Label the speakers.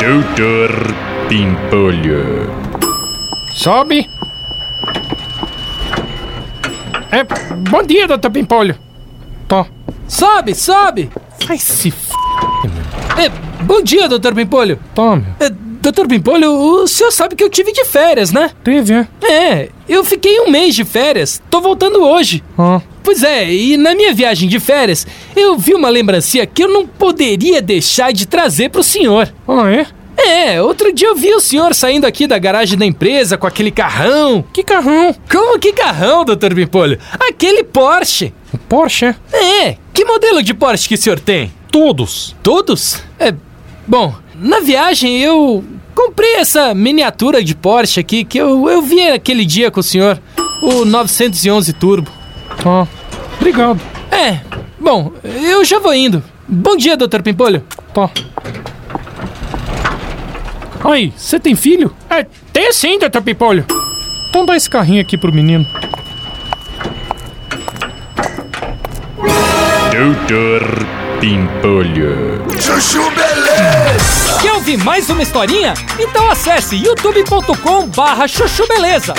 Speaker 1: Doutor Pimpolho.
Speaker 2: Sobe. É, bom dia, doutor Pimpolho. Tô.
Speaker 3: Sobe, sobe!
Speaker 2: Ai, se f...
Speaker 3: É, bom dia, doutor Pimpolho.
Speaker 2: Toma. meu.
Speaker 3: É, doutor Pimpolho, o senhor sabe que eu tive de férias, né?
Speaker 2: Teve, é?
Speaker 3: É, eu fiquei um mês de férias. Tô voltando hoje.
Speaker 2: Ó.
Speaker 3: Pois é, e na minha viagem de férias, eu vi uma lembrancinha que eu não poderia deixar de trazer pro senhor.
Speaker 2: Ah, é?
Speaker 3: É, outro dia eu vi o senhor saindo aqui da garagem da empresa com aquele carrão.
Speaker 2: Que carrão?
Speaker 3: Como que carrão, doutor Pimpolho? Aquele Porsche.
Speaker 2: O Porsche, é?
Speaker 3: É, que modelo de Porsche que o senhor tem?
Speaker 2: Todos.
Speaker 3: Todos? É. Bom, na viagem eu comprei essa miniatura de Porsche aqui que eu, eu vi aquele dia com o senhor, o 911 Turbo.
Speaker 2: Ó. Obrigado.
Speaker 3: É, bom, eu já vou indo. Bom dia, Dr. Pimpolho.
Speaker 2: Tô. Aí, você tem filho? É, tem sim, doutor Pimpolho. Então dá esse carrinho aqui pro menino.
Speaker 1: Doutor Pimpolho.
Speaker 4: Chuchu Beleza!
Speaker 3: Quer ouvir mais uma historinha? Então acesse youtube.com barra chuchu beleza.